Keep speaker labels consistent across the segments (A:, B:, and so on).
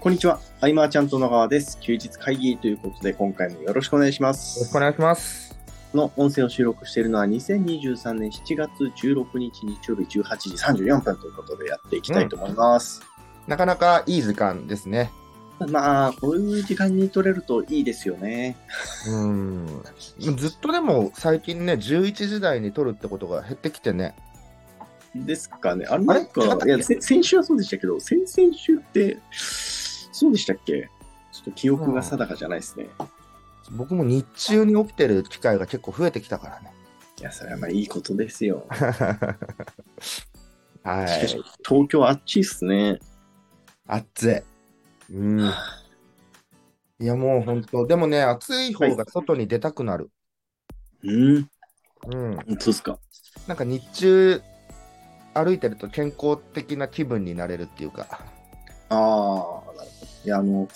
A: こんにちは。アイマーちゃんと野川です。休日会議ということで、今回もよろしくお願いします。
B: よろしくお願いします。
A: この音声を収録しているのは2023年7月16日日曜日18時34分ということでやっていきたいと思います。
B: なかなかいい時間ですね。
A: まあ、こういう時間に取れるといいですよね。
B: うん。ずっとでも最近ね、11時台に撮るってことが減ってきてね。
A: ですかね。あれなん
B: あれなんだっ
A: か、
B: け
A: いや、せ先週はそうでしたけど、先々週って、そうでしたっけちょっと記憶が定かじゃないですね。
B: 僕も日中に起きてる機会が結構増えてきたからね。
A: いや、それはまあいいことですよ。
B: は
A: しかし
B: い。
A: 東京あっちっすね。
B: 暑い。うん。いやもう本当でもね、暑い方が外に出たくなる。
A: うん、
B: うん。
A: 本当ですか。
B: なんか日中歩いてると健康的な気分になれるっていうか。
A: ああ、なるほど。いや、あの、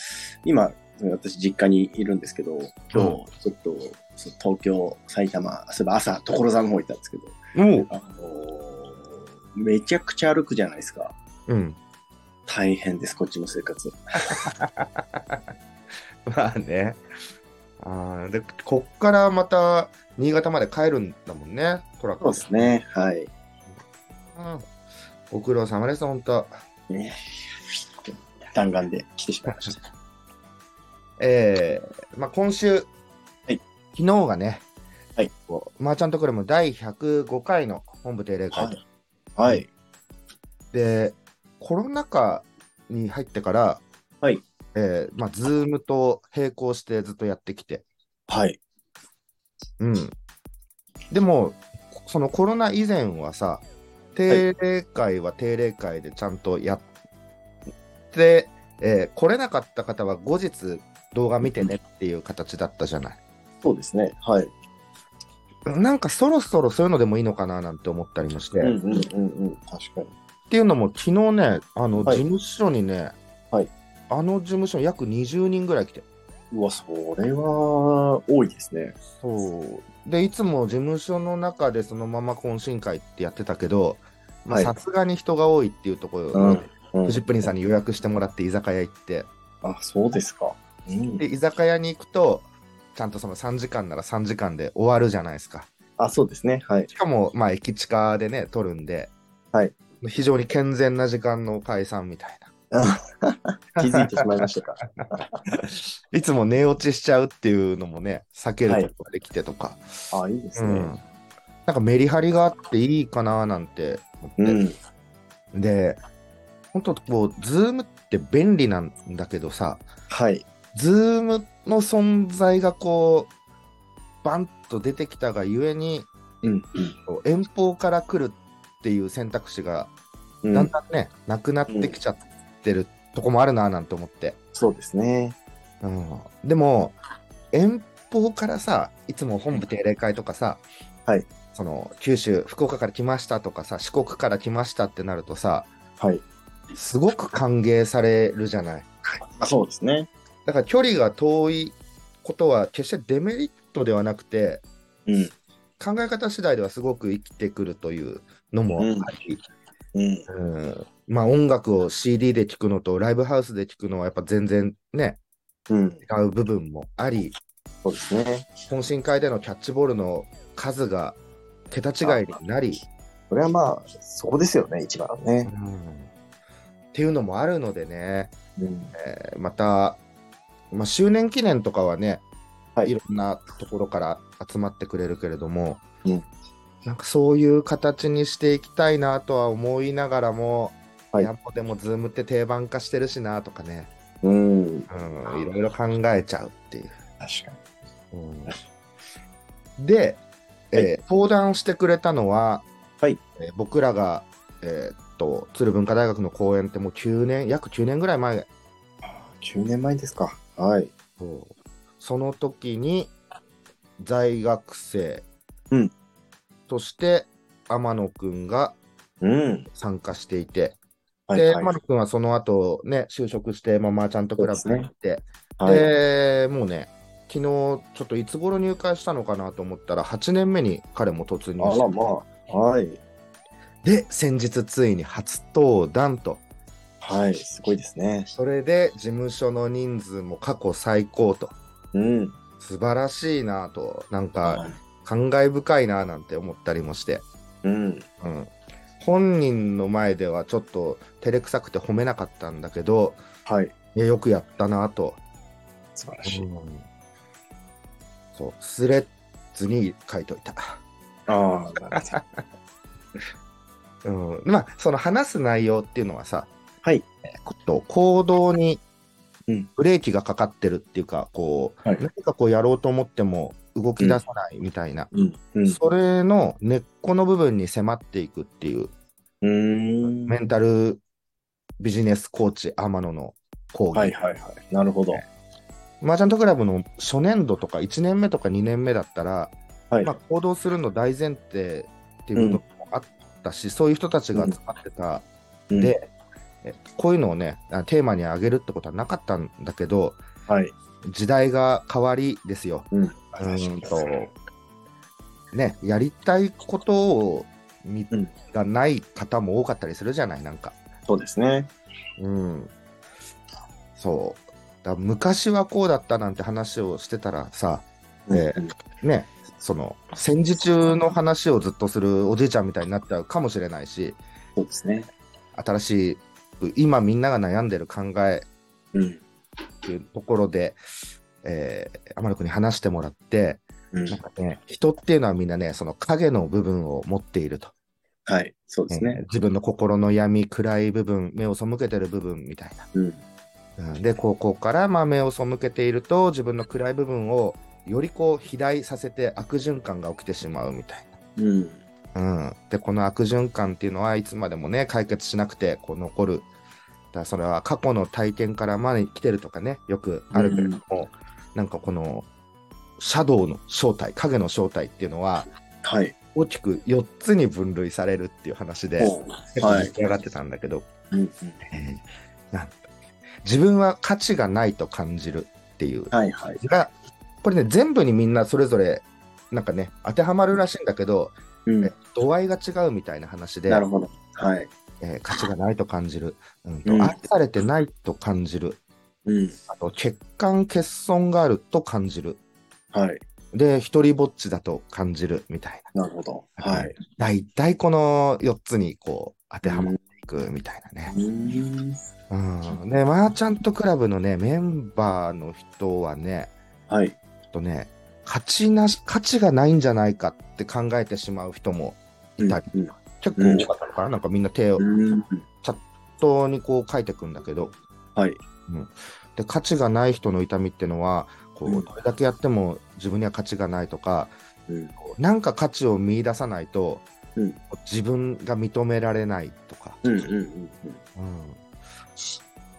A: 今、私、実家にいるんですけど、今日、ちょっと、そう東京、埼玉、そういえば朝、所沢の方行ったんですけど、
B: うん。
A: あのーめちゃくちゃ歩くじゃないですか。
B: うん。
A: 大変です、こっちの生活。
B: まあね。あーで、こっからまた新潟まで帰るんだもんね、トラック。
A: そうですね、はい。
B: うんご苦労様です、本当。
A: ね弾丸で来てしまいま した。
B: えー、まあ今週、
A: はい
B: 昨日がね、
A: はい
B: こうマーチャントクラブ第105回の本部定例会、
A: はい。はい。
B: で、コロナ禍に入ってから、
A: はい
B: えーまあ、ズームと並行してずっとやってきて、
A: はい。
B: うん。でも、そのコロナ以前はさ、定例会は定例会でちゃんとやって、えー来れなかった方は後日動画見てねっていう形だったじゃない。
A: そうですね、はい。
B: なんかそろそろそういうのでもいいのかななんて思ったりもして、
A: うん
B: っ
A: うんうんうん、確かに。
B: ていうのも昨日ね、あの事
A: はい
B: 務所にね、
A: はい
B: あの事務所に約20人ぐらい来て、
A: うわ、それは、多いですね。
B: そう。で、いつも事務所の中でそのまま懇親会ってやってたけど、まあ
A: はい
B: さすがに人が多いっていうところで、
A: うんうん
B: フジップリンさんに予約してもらって居酒屋行って、
A: あ、そうですか。うん
B: で、居酒屋に行くと、ちゃんとその3時間なら3時間で終わるじゃないですか。
A: あ、そうですね。 はい。
B: しかも、まあ、駅地下でね、取るんで、
A: はい
B: 非常に健全な時間の解散みたいな。
A: 気づいてしまいましたか。
B: いつも寝落ちしちゃうっていうのもね、避けることができてとか、
A: あ、いいです
B: う
A: ね。
B: んなんかメリハリがあっていいかななんて思って。
A: うん。
B: で、本当こう、ズームって便利なんだけどさ、
A: はい。
B: ズームの存在がこう、バンと出てきたがゆえに、
A: うん。
B: こう遠方から来るっていう選択肢が、
A: う
B: だん
A: ん、
B: だんね、なくなってきちゃってるとこもあるなぁなんて思って。
A: そうですね。
B: うん、でも、遠方からさ、いつも本部定例会とかさ、
A: はい
B: その九州、福岡から来ましたとかさ、四国から来ましたってなるとさ、
A: はい。
B: すごく歓迎されるじゃない。
A: あ、そうですね。
B: だから距離が遠いことは決してデメリットではなくて
A: うん。
B: 考え方次第ではすごく生きてくるというのもあり、
A: うん。
B: うんまあ音楽を CD で聴くのとライブハウスで聴くのはやっぱ全然ね
A: うん。
B: 違う部分もあり
A: そうですね。
B: 懇親会でのキャッチボールの数が桁違いになり、
A: これはまあ、そこですよね、一番はね。
B: うんっていうのもあるのでね
A: うん。
B: また、まあ、周年記念とかはね、
A: はい
B: い、ろんなところから集まってくれるけれども、
A: うん
B: なんかそういう形にしていきたいなとは思いながらも、
A: はい
B: いやもうでも、ズームって定番化してるしなとかね、
A: うん。
B: うん、いろいろ考えちゃうっていう。
A: 確かに。
B: うんで、えー登壇してくれたのは、
A: はい
B: えー僕らが、えーっと鶴文化大学の講演ってもう9年約9年ぐらい前
A: 9年前ですか。はい。
B: そうその時に在学生、
A: うん
B: として天野くんが
A: うん。
B: 参加していて、
A: はい。
B: で、
A: はい
B: 天野くんはその後ね就職してママちゃんとクラブに行ってで,、
A: はい。
B: もうね昨日ちょっといつ頃入会したのかなと思ったら8年目に彼も突入
A: あら、
B: して
A: まあ。はい。
B: で先日ついに初登壇と
A: はい、すごいですね。
B: それで事務所の人数も過去最高と、
A: うん。
B: 素晴らしいなと、なんか感慨深いななんて思ったりもして、
A: うん。
B: うん、本人の前ではちょっと照れくさくて褒めなかったんだけど、
A: はい。
B: いやよくやったなと、
A: 素晴らしい。
B: そう、スレッズに書いといた。
A: ああ、なるほど。
B: うん、まあ、その話す内容っていうのはさ、
A: はい。
B: えーこと行動に
A: うん
B: ブレーキがかかってるっていうか、こう、
A: はい
B: 何かこうやろうと思っても動き出さないみたいな、
A: うん。うん。
B: それの根っこの部分に迫っていくっていう、
A: うーん。
B: メンタルビジネスコーチ天野の講義。
A: はいはいはい。なるほど。
B: マーチャントクラブの初年度とか1年目とか2年目だったら、
A: はい
B: まあ、。行動するの大前提っていうこともあったし、そういう人たちが集まってた、
A: うん
B: でえこういうのをねあテーマに挙げるってことはなかったんだけど
A: はい。
B: 時代が変わりですよ。
A: うん。
B: うーんとねやりたいことをみ
A: うん
B: がない方も多かったりするじゃないなんか。
A: そうですね。
B: うん、そうだから昔はこうだったなんて話をしてたらさ、え
A: うん
B: ね、その戦時中の話をずっとするおじいちゃんみたいになっちゃうかもしれないし
A: そうですね。
B: 新しい今みんなが悩んでる考え
A: うん。
B: っていうところで、えー、天野君に話してもらって
A: うん
B: なん。か、ね、人っていうのはみんなねその影の部分を持っていると、
A: はい。そうです
B: うん
A: ね。
B: 自分の心の闇暗い部分目を背けてる部分みたい
A: うん。
B: な、うん、で高校からまあ目を背けていると自分の暗い部分をよりこう肥大させて悪循環が起きてしまうみたいな。
A: うん。
B: うん、でこの悪循環っていうのはいつまでもね解決しなくてこう残るだからそれは過去の体験からまで来てるとかねよくあるけれども、なんかこのシャドウの正体影の正体っていうのは
A: はい。
B: 大きく4つに分類されるっていう話で
A: ほう
B: 結構
A: は
B: 出
A: い
B: 来。上がってたんだけど、
A: うんうん
B: えーなん自分は価値がないと感じるっていう
A: はいはい。
B: がこれね全部にみんなそれぞれなんかね当てはまるらしいんだけど
A: うん。
B: え度合いが違うみたいな話で
A: なるほど。はい。
B: えー価値がないと感じる、うんと
A: うん
B: 愛されてないと感じる
A: うん。
B: あと欠陥欠損があると感じる
A: はい。
B: で一人ぼっちだと感じるみたい
A: なるほど。
B: な、
A: はい。
B: だいたいこの4つにこう当てはまっていくみたいなね、
A: うん。
B: うん、でマーチャントクラブのねメンバーの人はね
A: はい。
B: ちょっとね価値なし価値がないんじゃないかって考えてしまう人も
A: うん
B: だ
A: うん
B: 結構多かったのかな、なんかみんな手を
A: うん。
B: 当にこう書いてくんだけど
A: はい。
B: で価値がない人の痛みってのはこ
A: うん
B: うどれだけやっても自分には価値がないとか、
A: うん。
B: なんか価値を見出さないと、
A: うん
B: 自分が認められないとか、
A: うん。うんうん。
B: うん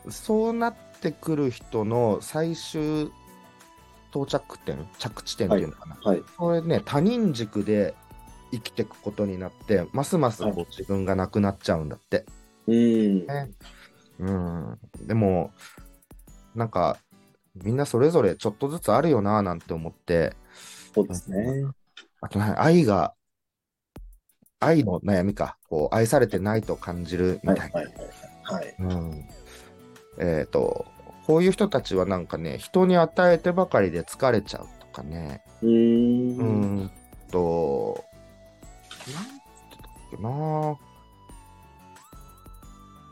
B: そうなってくる人の最終到着点着地点っていうのかな、
A: はい。
B: これね他人軸で生きていくことになってますますこう
A: は
B: 自分がなくなっちゃうんだって。
A: うん。
B: ね。うん。でも、なんか、みんなそれぞれちょっとずつあるよなぁなんて思って、
A: そうですね。
B: あとね、愛が、愛の悩みか、こう、愛されてないと感じるみ
A: はい。
B: た
A: はい
B: い。な。
A: はい。はい。
B: うん。えっ、と、こういう人たちはなんかね、人に与えてばかりで疲れちゃうとかね、
A: うー
B: うー
A: ん。
B: んと、なんて言ったっけなぁ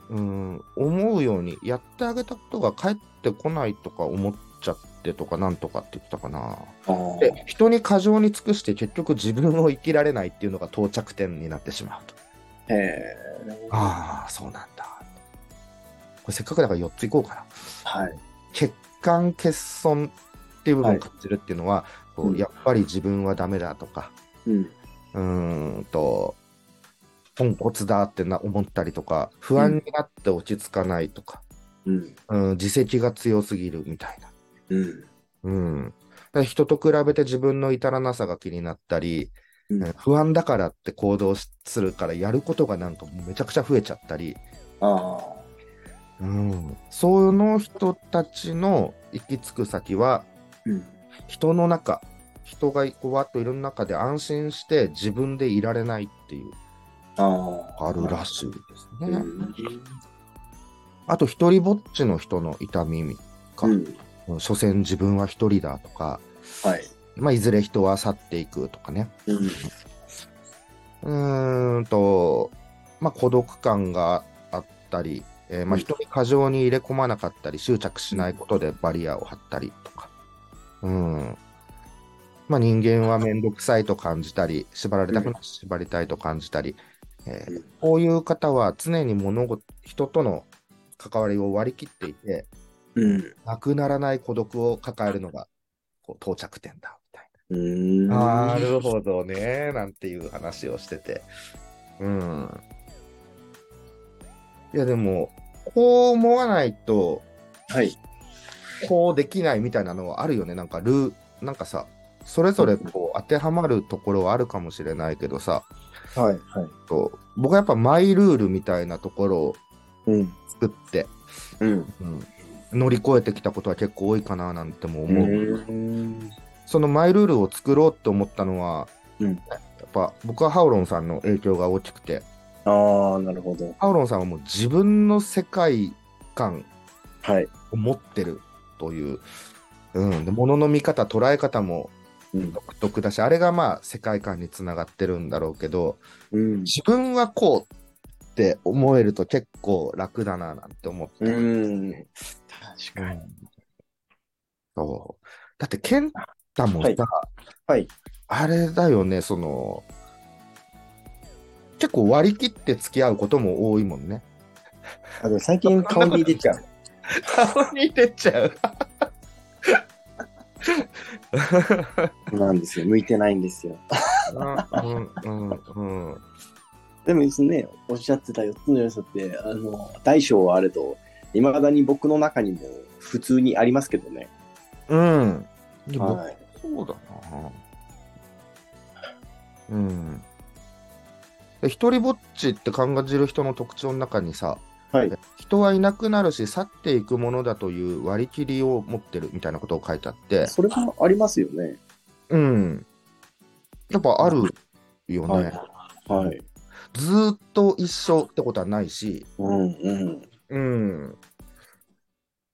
B: うーん、思うようにやってあげたことが返ってこないとか思っちゃってとかなんとかって言ってたかな
A: あー
B: で、人に過剰に尽くして結局自分を生きられないっていうのが到着点になってしまうと。
A: へえ。
B: ああ、そうなんだ。これせっかくだから4ついこうかな。
A: はい。
B: 血管欠損っていう部分
A: は
B: を
A: い
B: 感じるっていうのは、こう
A: うん
B: やっぱり自分はダメだとか、
A: うん。
B: うーんと、ポンコツだってな思ったりとか、不安になって落ち着かないとか、
A: うん。
B: うん、自責が強すぎるみたいな。
A: うん。
B: うん。だから人と比べて自分の至らなさが気になったり、
A: うん
B: うん不安だからって行動しするからやることがなんかめちゃくちゃ増えちゃったり、
A: あ
B: うん、その人たちの行き着く先は
A: あ。うん。
B: 人の中人がこうわっといる中で安心して自分でいられないっていう
A: ああ。
B: あるらしいですね。
A: うん
B: あと、一人ぼっちの人の痛みか、
A: うん。
B: 所詮自分は一人だとか、
A: はい。
B: まあ、いずれ人は去っていくとかね。
A: うん。
B: うーんと、まあ、孤独感があったり、えー
A: う
B: まあ、
A: ん
B: 人に過剰に入れ込まなかったり、執着しないことでバリアを張ったりとか、うん。まあ、人間は面倒くさいと感じたり、縛られたくなく縛りたいと感じたり、えー
A: うん
B: こういう方は常に物事、人との関わりを割り切っていて、
A: うん。
B: なくならない孤独を抱えるのが、こう、到着点だ、みたいな。
A: うーん。
B: なるほどね、なんていう話をしてて。うん。いや、でも、こう思わないと、
A: はい。
B: こうできないみたいなのはあるよね。なんか、ルー、なんかさ、それぞれこう当てはまるところはあるかもしれないけどさ、
A: はい。はい。
B: と僕はやっぱマイルールみたいなところを
A: うん。
B: 作って、
A: うん。
B: うん乗り越えてきたことは結構多いかななんても思う。
A: うん。
B: そのマイルールを作ろうって思ったのは、
A: うん
B: やっぱ僕はハオロンさんの影響が大きくて、
A: ああ、なるほど。
B: ハオロンさんはもう自分の世界観
A: はい。
B: を持ってるという、うん、で物の見方、捉え方も
A: うん。
B: 独特だし、あれがまあ世界観につながってるんだろうけど、
A: うん。
B: 自分はこうって思えると結構楽だななんて思って。
A: うん。確かに。
B: そうだって、ケンタもさ、
A: はいはい
B: あれだよね、その、結構割り切って付き合うことも多いもんね。
A: あと最近顔に出ちゃう。
B: 顔に出ちゃう。
A: なんですよ。向いてないんですよ。
B: うんうんうん。
A: でもですね、おっしゃってた4つの要素って、あの、大小はあれと、いまだに僕の中にも普通にありますけどね。
B: うん。
A: はい。
B: そうだな。うん。で一人ぼっちって感じる人の特徴の中にさ、
A: はい。
B: 人はいなくなるし去っていくものだという割り切りを持ってるみたいなことを書いてあって、
A: それもありますよね。
B: うん。やっぱあるよね。
A: はい。はい。
B: ずーっと一緒ってことはないし、
A: うんうん。
B: うん。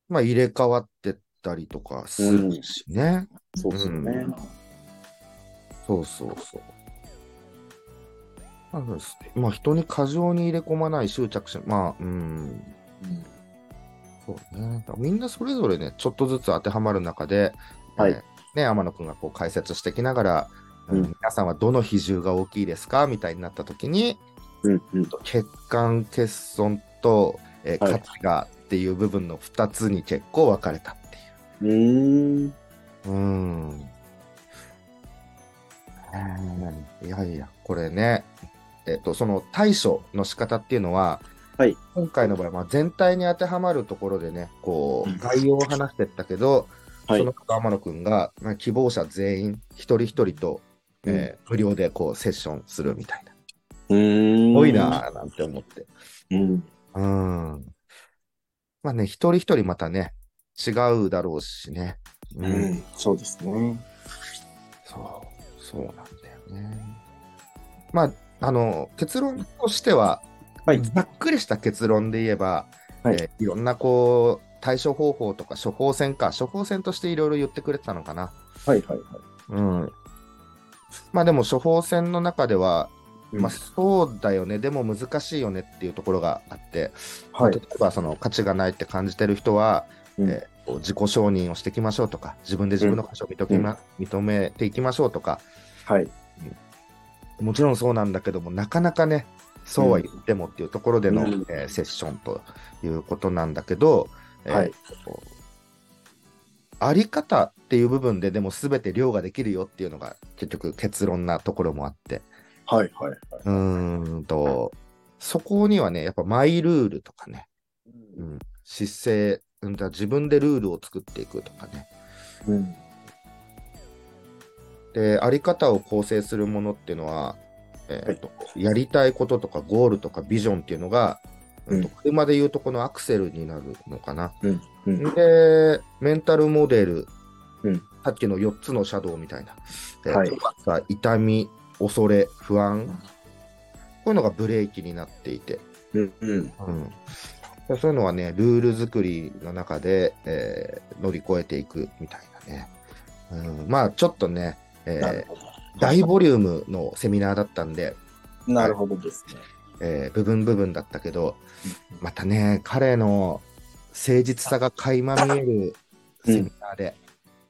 B: まあ入れ替わってったりとかするしね。
A: そうですよね。
B: うんそうそうそう。なんかすまあ人に過剰に入れ込まない執着し、まあ、うん。そうね。みんなそれぞれね、ちょっとずつ当てはまる中で、
A: はい
B: えーね、天野くんがこう解説してきながら、うん
A: うん
B: 皆さんはどの比重が大きいですかみたいになった時に、
A: うんうん。
B: 血管欠損と、えー
A: はい
B: 価値がっていう部分の2つに結構分かれたってい
A: ーん。
B: うう。うん。いやいや、これね、えっ、と、その対処の仕方っていうのは、
A: はい
B: 今回の場合、まあ、全体に当てはまるところでね、こ
A: うん
B: う、概要を話してったけど、
A: はい
B: その他天野くんが、まあ、希望者全員、一人一人と、えー無料でこう、セッションするみたいな。
A: うーん。
B: 多いなぁ、なんて思って。
A: うん。
B: うん。まあね、一人一人またね、違うだろうしね。う
A: うん。そうですね。
B: そう、そうなんだよね。まあ、あの、結論としては、
A: はい
B: ざっくりした結論で言えば、
A: はい
B: いえーいろんなこう、対処方法とか処方箋か、処方箋としていろいろ言ってくれてたのかな。
A: はいはいはい。
B: うん。まあでも処方箋の中では、
A: うん
B: まあそうだよね、でも難しいよねっていうところがあって、
A: はい
B: 例。えばその価値がないって感じてる人は、
A: うん
B: えーこう自己承認をしていきましょうとか自分で自分の価値を認め,、認めていきましょうとか
A: はい。
B: もちろんそうなんだけどもなかなかねそうは言ってもっていうところでの、
A: うん
B: えーセッションということなんだけど、えー
A: はい
B: こうあり方っていう部分ででも全て量ができるよっていうのが結局結論なところもあって
A: はいはいはい。
B: うーんとそこにはねやっぱマイルールとかねうん姿勢、うん、だから自分でルールを作っていくとかね。
A: うん。
B: で、あり方を構成するものっていうのは、えーと
A: は
B: やりたいこととかゴールとかビジョンっていうのが、うんと
A: うん
B: 車で言うとこのアクセルになるのかな。
A: うん。うん。
B: で、メンタルモデル、
A: うん
B: さっきの4つのシャドウみたいな。で
A: はい
B: 怖さ痛み、恐れ、不安。こういうのがブレーキになっていて。
A: うん。うん。
B: うん、そういうのはね、ルール作りの中で、えー乗り越えていくみたいなね。うん、まあ、ちょっとね、
A: な
B: え
A: るほど
B: ー大ボリュームのセミナーだったんで、
A: なるほどですね。
B: えー部分部分だったけど、またね、彼の誠実さが垣間見えるセミナーで、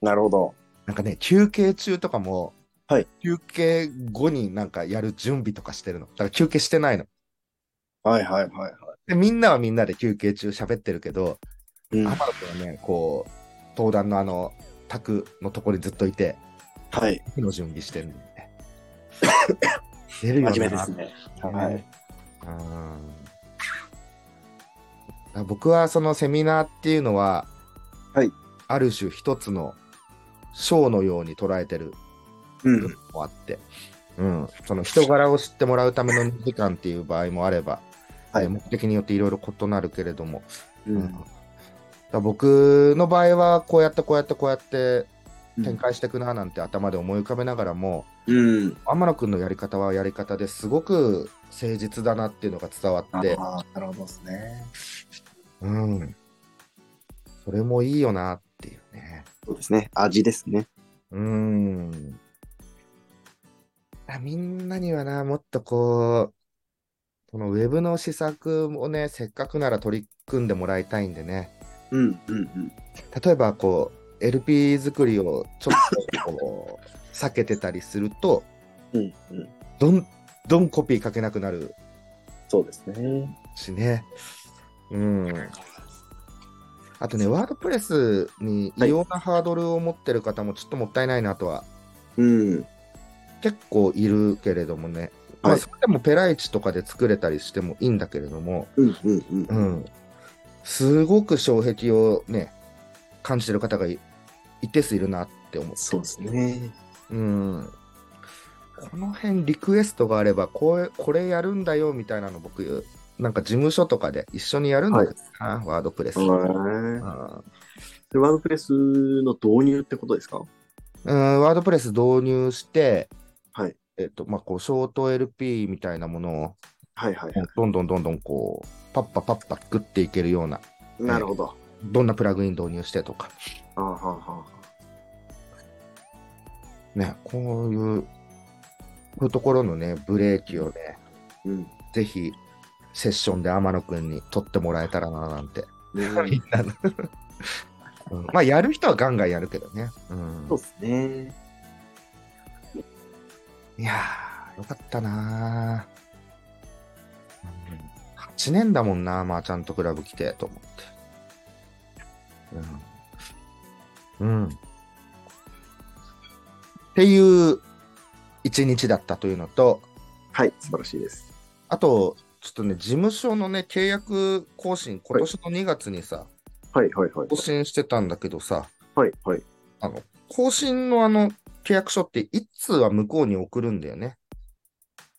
A: なるほど。
B: なんかね、休憩中とかも、
A: はい
B: 休憩後になんかやる準備とかしてるの。だから休憩してないの。
A: はいはいはいはい。
B: で、みんなはみんなで休憩中喋ってるけど、
A: うん
B: 天野君はね、こう、登壇のあの、卓のところにずっといて、
A: はい。
B: 次の準備してる んで、ね。出るよ
A: 真
B: ね
A: 面目ですね。はい。
B: うん僕はそのセミナーっていうのは、
A: はい
B: ある種一つのショーのように捉えてる
A: うん。
B: もあって、うん、その人柄を知ってもらうための2時間っていう場合もあれば、
A: はい
B: えー目的によっていろいろ異なるけれども、
A: う
B: うんだから僕の場合はこうやってこうやってこうやって展
A: ん。
B: 開していくななんて頭で思い浮かべながらも、
A: うん。
B: 天野くんのやり方はやり方ですごく誠実だなっていうのが伝わって、
A: ああ、なるほどですね。
B: うん、それもいいよなっていうね。
A: そうですね。味ですね。
B: うんあみんなにはな、もっとこう、このウェブの施策をね、せっかくなら取り組んでもらいたいんでね、
A: うんうんうん。
B: 例えばこう、LP 作りをちょっとこう避けてたりすると、
A: うんうん。
B: どんどんコピーかけなくなる
A: そうですね。
B: しね。うん。あとね、ワードプレスに異様なハードルを持ってる方もちょっともったいないなとは
A: うん。
B: 結構いるけれどもね、ま
A: は
B: あ、
A: い
B: それでもペライチとかで作れたりしてもいいんだけれども、
A: うんうんうん
B: う。ん、すごく障壁をね、感じてる方がい一定数いるなって思って、
A: そうですね。
B: うん、この辺リクエストがあればこれ、これやるんだよみたいなの僕、なんか事務所とかで一緒にやるんだけどな、ワードプレス。
A: は
B: うん
A: い。ワードプレスの導入ってことですか
B: うん、ワードプレス導入して、
A: はい
B: えっと、まあ、こう、ショート LP みたいなものを
A: はいはい。
B: どんどんどんどんこう、パッパパッパ作っていけるような、
A: なるほど。
B: どんなプラグイン導入してとか、
A: あーはーは
B: ね、こういう、こういうところのね、ブレーキをね、
A: ーうん。
B: ぜひ、セッションで天野くんに取ってもらえたらななんて、み
A: ね
B: んなの うんまあ、やる人はガンガンやるけどね。うん
A: そうですね。
B: いやー、よかったなー。うん8年だもんな、マーチャントクラブ来て、と思って。うん。うん。っていう一日だったというのと、
A: はい、素晴らしいです。
B: あと、ちょっとね、事務所のね、契約更新、今年の2月にさ、
A: はいはいはい
B: 更。新してたんだけどさ、
A: はいはい。
B: あの、更新のあの、契約書って1通は向こうに送るんだよね。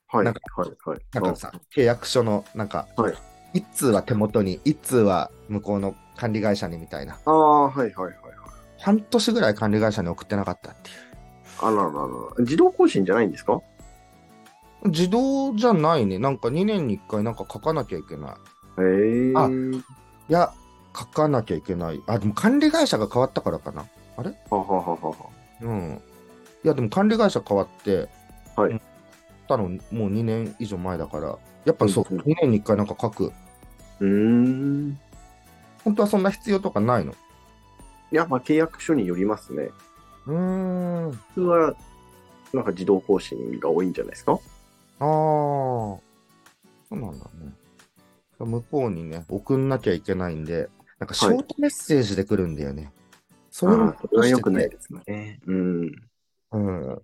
A: はい
B: なん
A: はいはい。
B: なんかさ、契約書の、なんか、
A: はい
B: 一通は手元に、一通は向こうの管理会社にみたいな。
A: ああ、はいはいはい。
B: 半年ぐらい管理会社に送ってなかったってい
A: あらららら。自動更新じゃないんですか
B: う。自動じゃないね。なんか2年に1回なんか書かなきゃいけない。
A: へえ。
B: あいや、書かなきゃいけない。あ、でも管理会社が変わったからかな。
A: ははははは。
B: うん。いや、でも管理会社変わって、
A: はい
B: うん。たのもう2年以上前だから、やっぱそう、
A: うんうん
B: 2年に1回なんか書く。
A: うーん。
B: 本当はそんな必要とかないの。
A: いや、まあ契約書によりますね。
B: うーん。
A: 普通は、なんか自動更新が多いんじゃないですか
B: ああ、そうなんだね。向こうにね、送んなきゃいけないんで、なんかショートメッセージで来るんだよね。それも
A: あーそれは良くない
B: どうしてて
A: ですね。うん。
B: うん。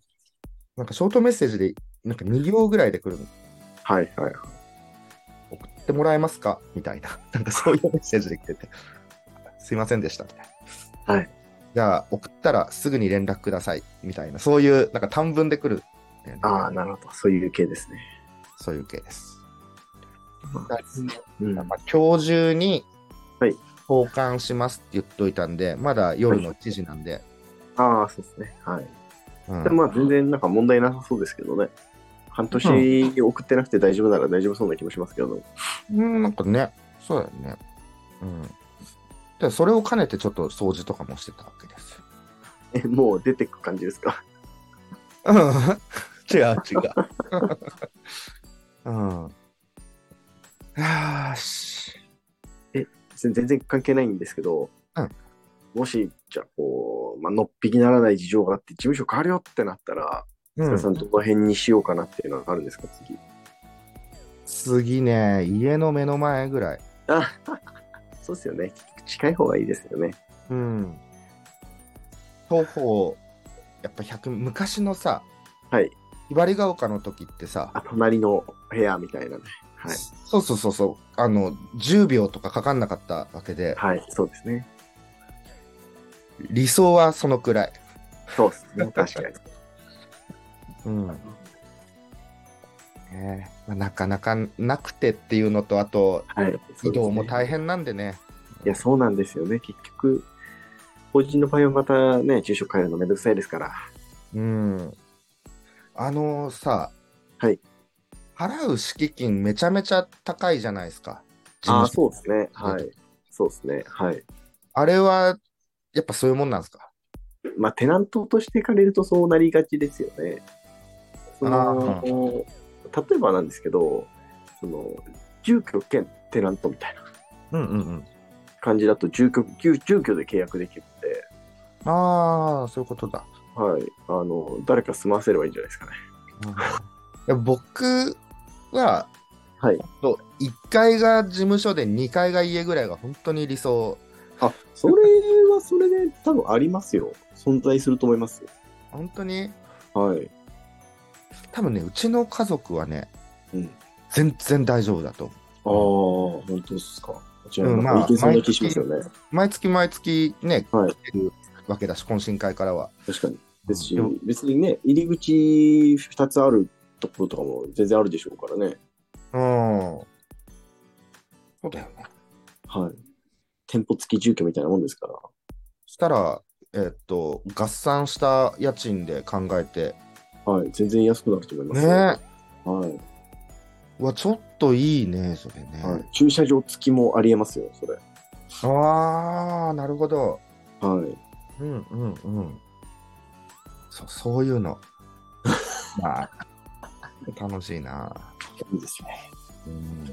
B: なんかショートメッセージで、なんか2行ぐらいで来るの。
A: はいはい。
B: 送ってもらえますかみたいな。 なんかそういうメッセージで来てて。すいませんでした。みたいな。
A: はい。
B: じゃあ、送ったらすぐに連絡ください。みたいな。そういう、なんか短文で来るんだよね、
A: ああ、なるほど。そういう系ですね。
B: そういう系です。
A: うん。
B: まあ、今日中に
A: はい
B: 投函しますって言っといたんで、まだ夜の1時なんで、
A: ああ、そうですね。はい。
B: うん
A: でまあ全然なんか問題なさそうですけどね。半年送ってなくて大丈夫なら大丈夫そうな気もしますけど。
B: うんなんかね、そうだよね。うん。で、それを兼ねてちょっと掃除とかもしてたわけですよ。
A: え、もう出てく感じですか
B: 違う違う。 うん。はあし。
A: 全全然関係ないんですけど、
B: うん
A: もし、じゃあこう、まあのっぴきならない事情があって、事務所変わるよってなったら、
B: う
A: 皆さんどの辺にしようかなっていうのがあるんですか、次。
B: 次ね、家の目の前ぐらい。
A: あ そうですよね。近い方がいいですよね。
B: うん。徒歩、やっぱ100、昔のさ、
A: はい。
B: ひばりが丘の時ってさ、
A: あ、隣の部屋みたいなね。はい。
B: そうそうそうそう、あの、10秒とかかかんなかったわけで、
A: はい、そうですね。
B: 理想はそのくらい。
A: そうです ね。確かに。
B: うん。ねえまあ、なかなかなくてっていうのと、あと、
A: はい。
B: 移動も大
A: 変。
B: 変なんでね。
A: いや、そうなんですよね。結局、法人の場合はまたね、住所変えるのめんどくさいですから。
B: うん。あのさ、
A: はい。
B: 払う敷金めちゃめちゃ高いじゃないですか。
A: あ
B: 事務所
A: そうですね。はい。そうですね。はい。
B: あれは、やっぱそういうもんなんですか
A: まあ、テナントとしていかれるとそうなりがちですよね。そ
B: あ
A: の例えばなんですけど、その住居兼テナントみたいな
B: うんうんうん。
A: 感じだと住居住住居で契約できるんで、
B: ああ、そういうことだ。
A: はい、あの誰か住ませればいいんじゃないですかね。
B: いや僕は、
A: はい、
B: と1階が事務所で2階が家ぐらいが本当に理想。
A: あそれはそれで多分ありますよ。存在すると思いますよ。
B: 本当に、
A: はい。
B: 多分ね、うちの家族はね、
A: うん、
B: 全然大丈夫だと思う。
A: ああ、本当ですか。こちら
B: うん
A: の
B: まあ
A: 意見そんな気しますよね。
B: 毎月毎月ね、
A: はい
B: 来てるわけだし、懇親会からは。
A: 確かに。ですし
B: でも、
A: 別にね、入り口2つあるところとかも全然あるでしょうからね。
B: うん。そうだよね。
A: はい。店舗付き住居みたいなもんですから。
B: そしたら、えっと、合算した家賃で考えて、
A: はい。全然安くなると思います。
B: ね
A: はい。
B: うわ、ちょっといいね、それね。
A: はい。駐車場付きもありえますよ、それ。
B: ああ、なるほど。
A: はい。
B: うんうんうん。そそういうの。 まあ、楽しいな。
A: いいですね。
B: うん、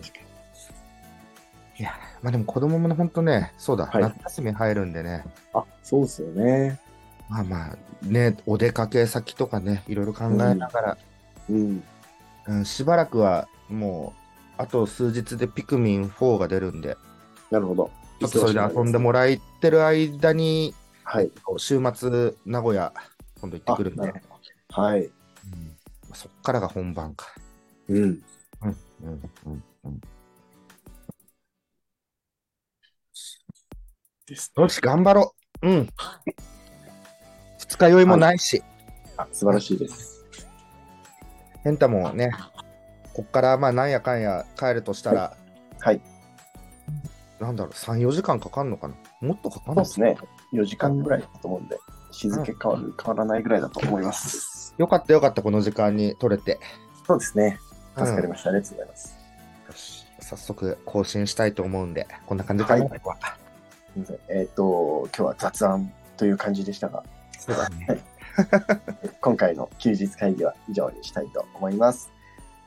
B: いや、まあでも子供もね、ほんとね、そうだ、
A: はい
B: 夏休み入るんでね、
A: あ、そうですよね。
B: まあまあ、ね、お出かけ先とかね、いろいろ考えながら、
A: うん。
B: うんしばらくはもう、あと数日でピクミン4が出るんで、
A: なるほど。
B: ちょっとそれで遊んでもらってる間に、
A: はい。
B: 週末、名古屋、今度行ってくるんで、
A: あなるほどはい。
B: うんそっからが本番か。
A: うん。
B: うんうんうんうん
A: です
B: よし、頑張ろう。うん。二日酔いもないし、
A: あ、素晴らしいです。
B: ヘンタもね、こっからまあなんやかんや帰るとしたら、
A: はい。
B: なんだろう、3、4時間かかんのかなもっとか
A: そ
B: かんの
A: うですね。4時間ぐらいだと思うんで、日付変わる、変わらないぐらいだと思います。
B: よかったよかった、この時間に取れて。
A: そうですね。助かり
B: うん
A: ました。ありがとうございます。
B: 早速更新したいと思うんで、こんな感じかな。
A: はいすいませんえっ、と、今日は雑談という感じでしたが、
B: そうだね。
A: 今回の休日会議は以上にしたいと思います。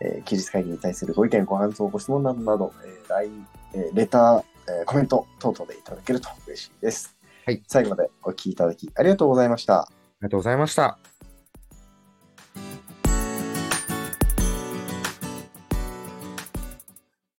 A: えー休日会議に対するご意見、ご感想、ご質問などなど、えー LINE、えーレター、えーコメント等々でいただけると嬉しいです。
B: はい
A: 最後までお聞きいただきありがとうございました。
B: ありがとうございました。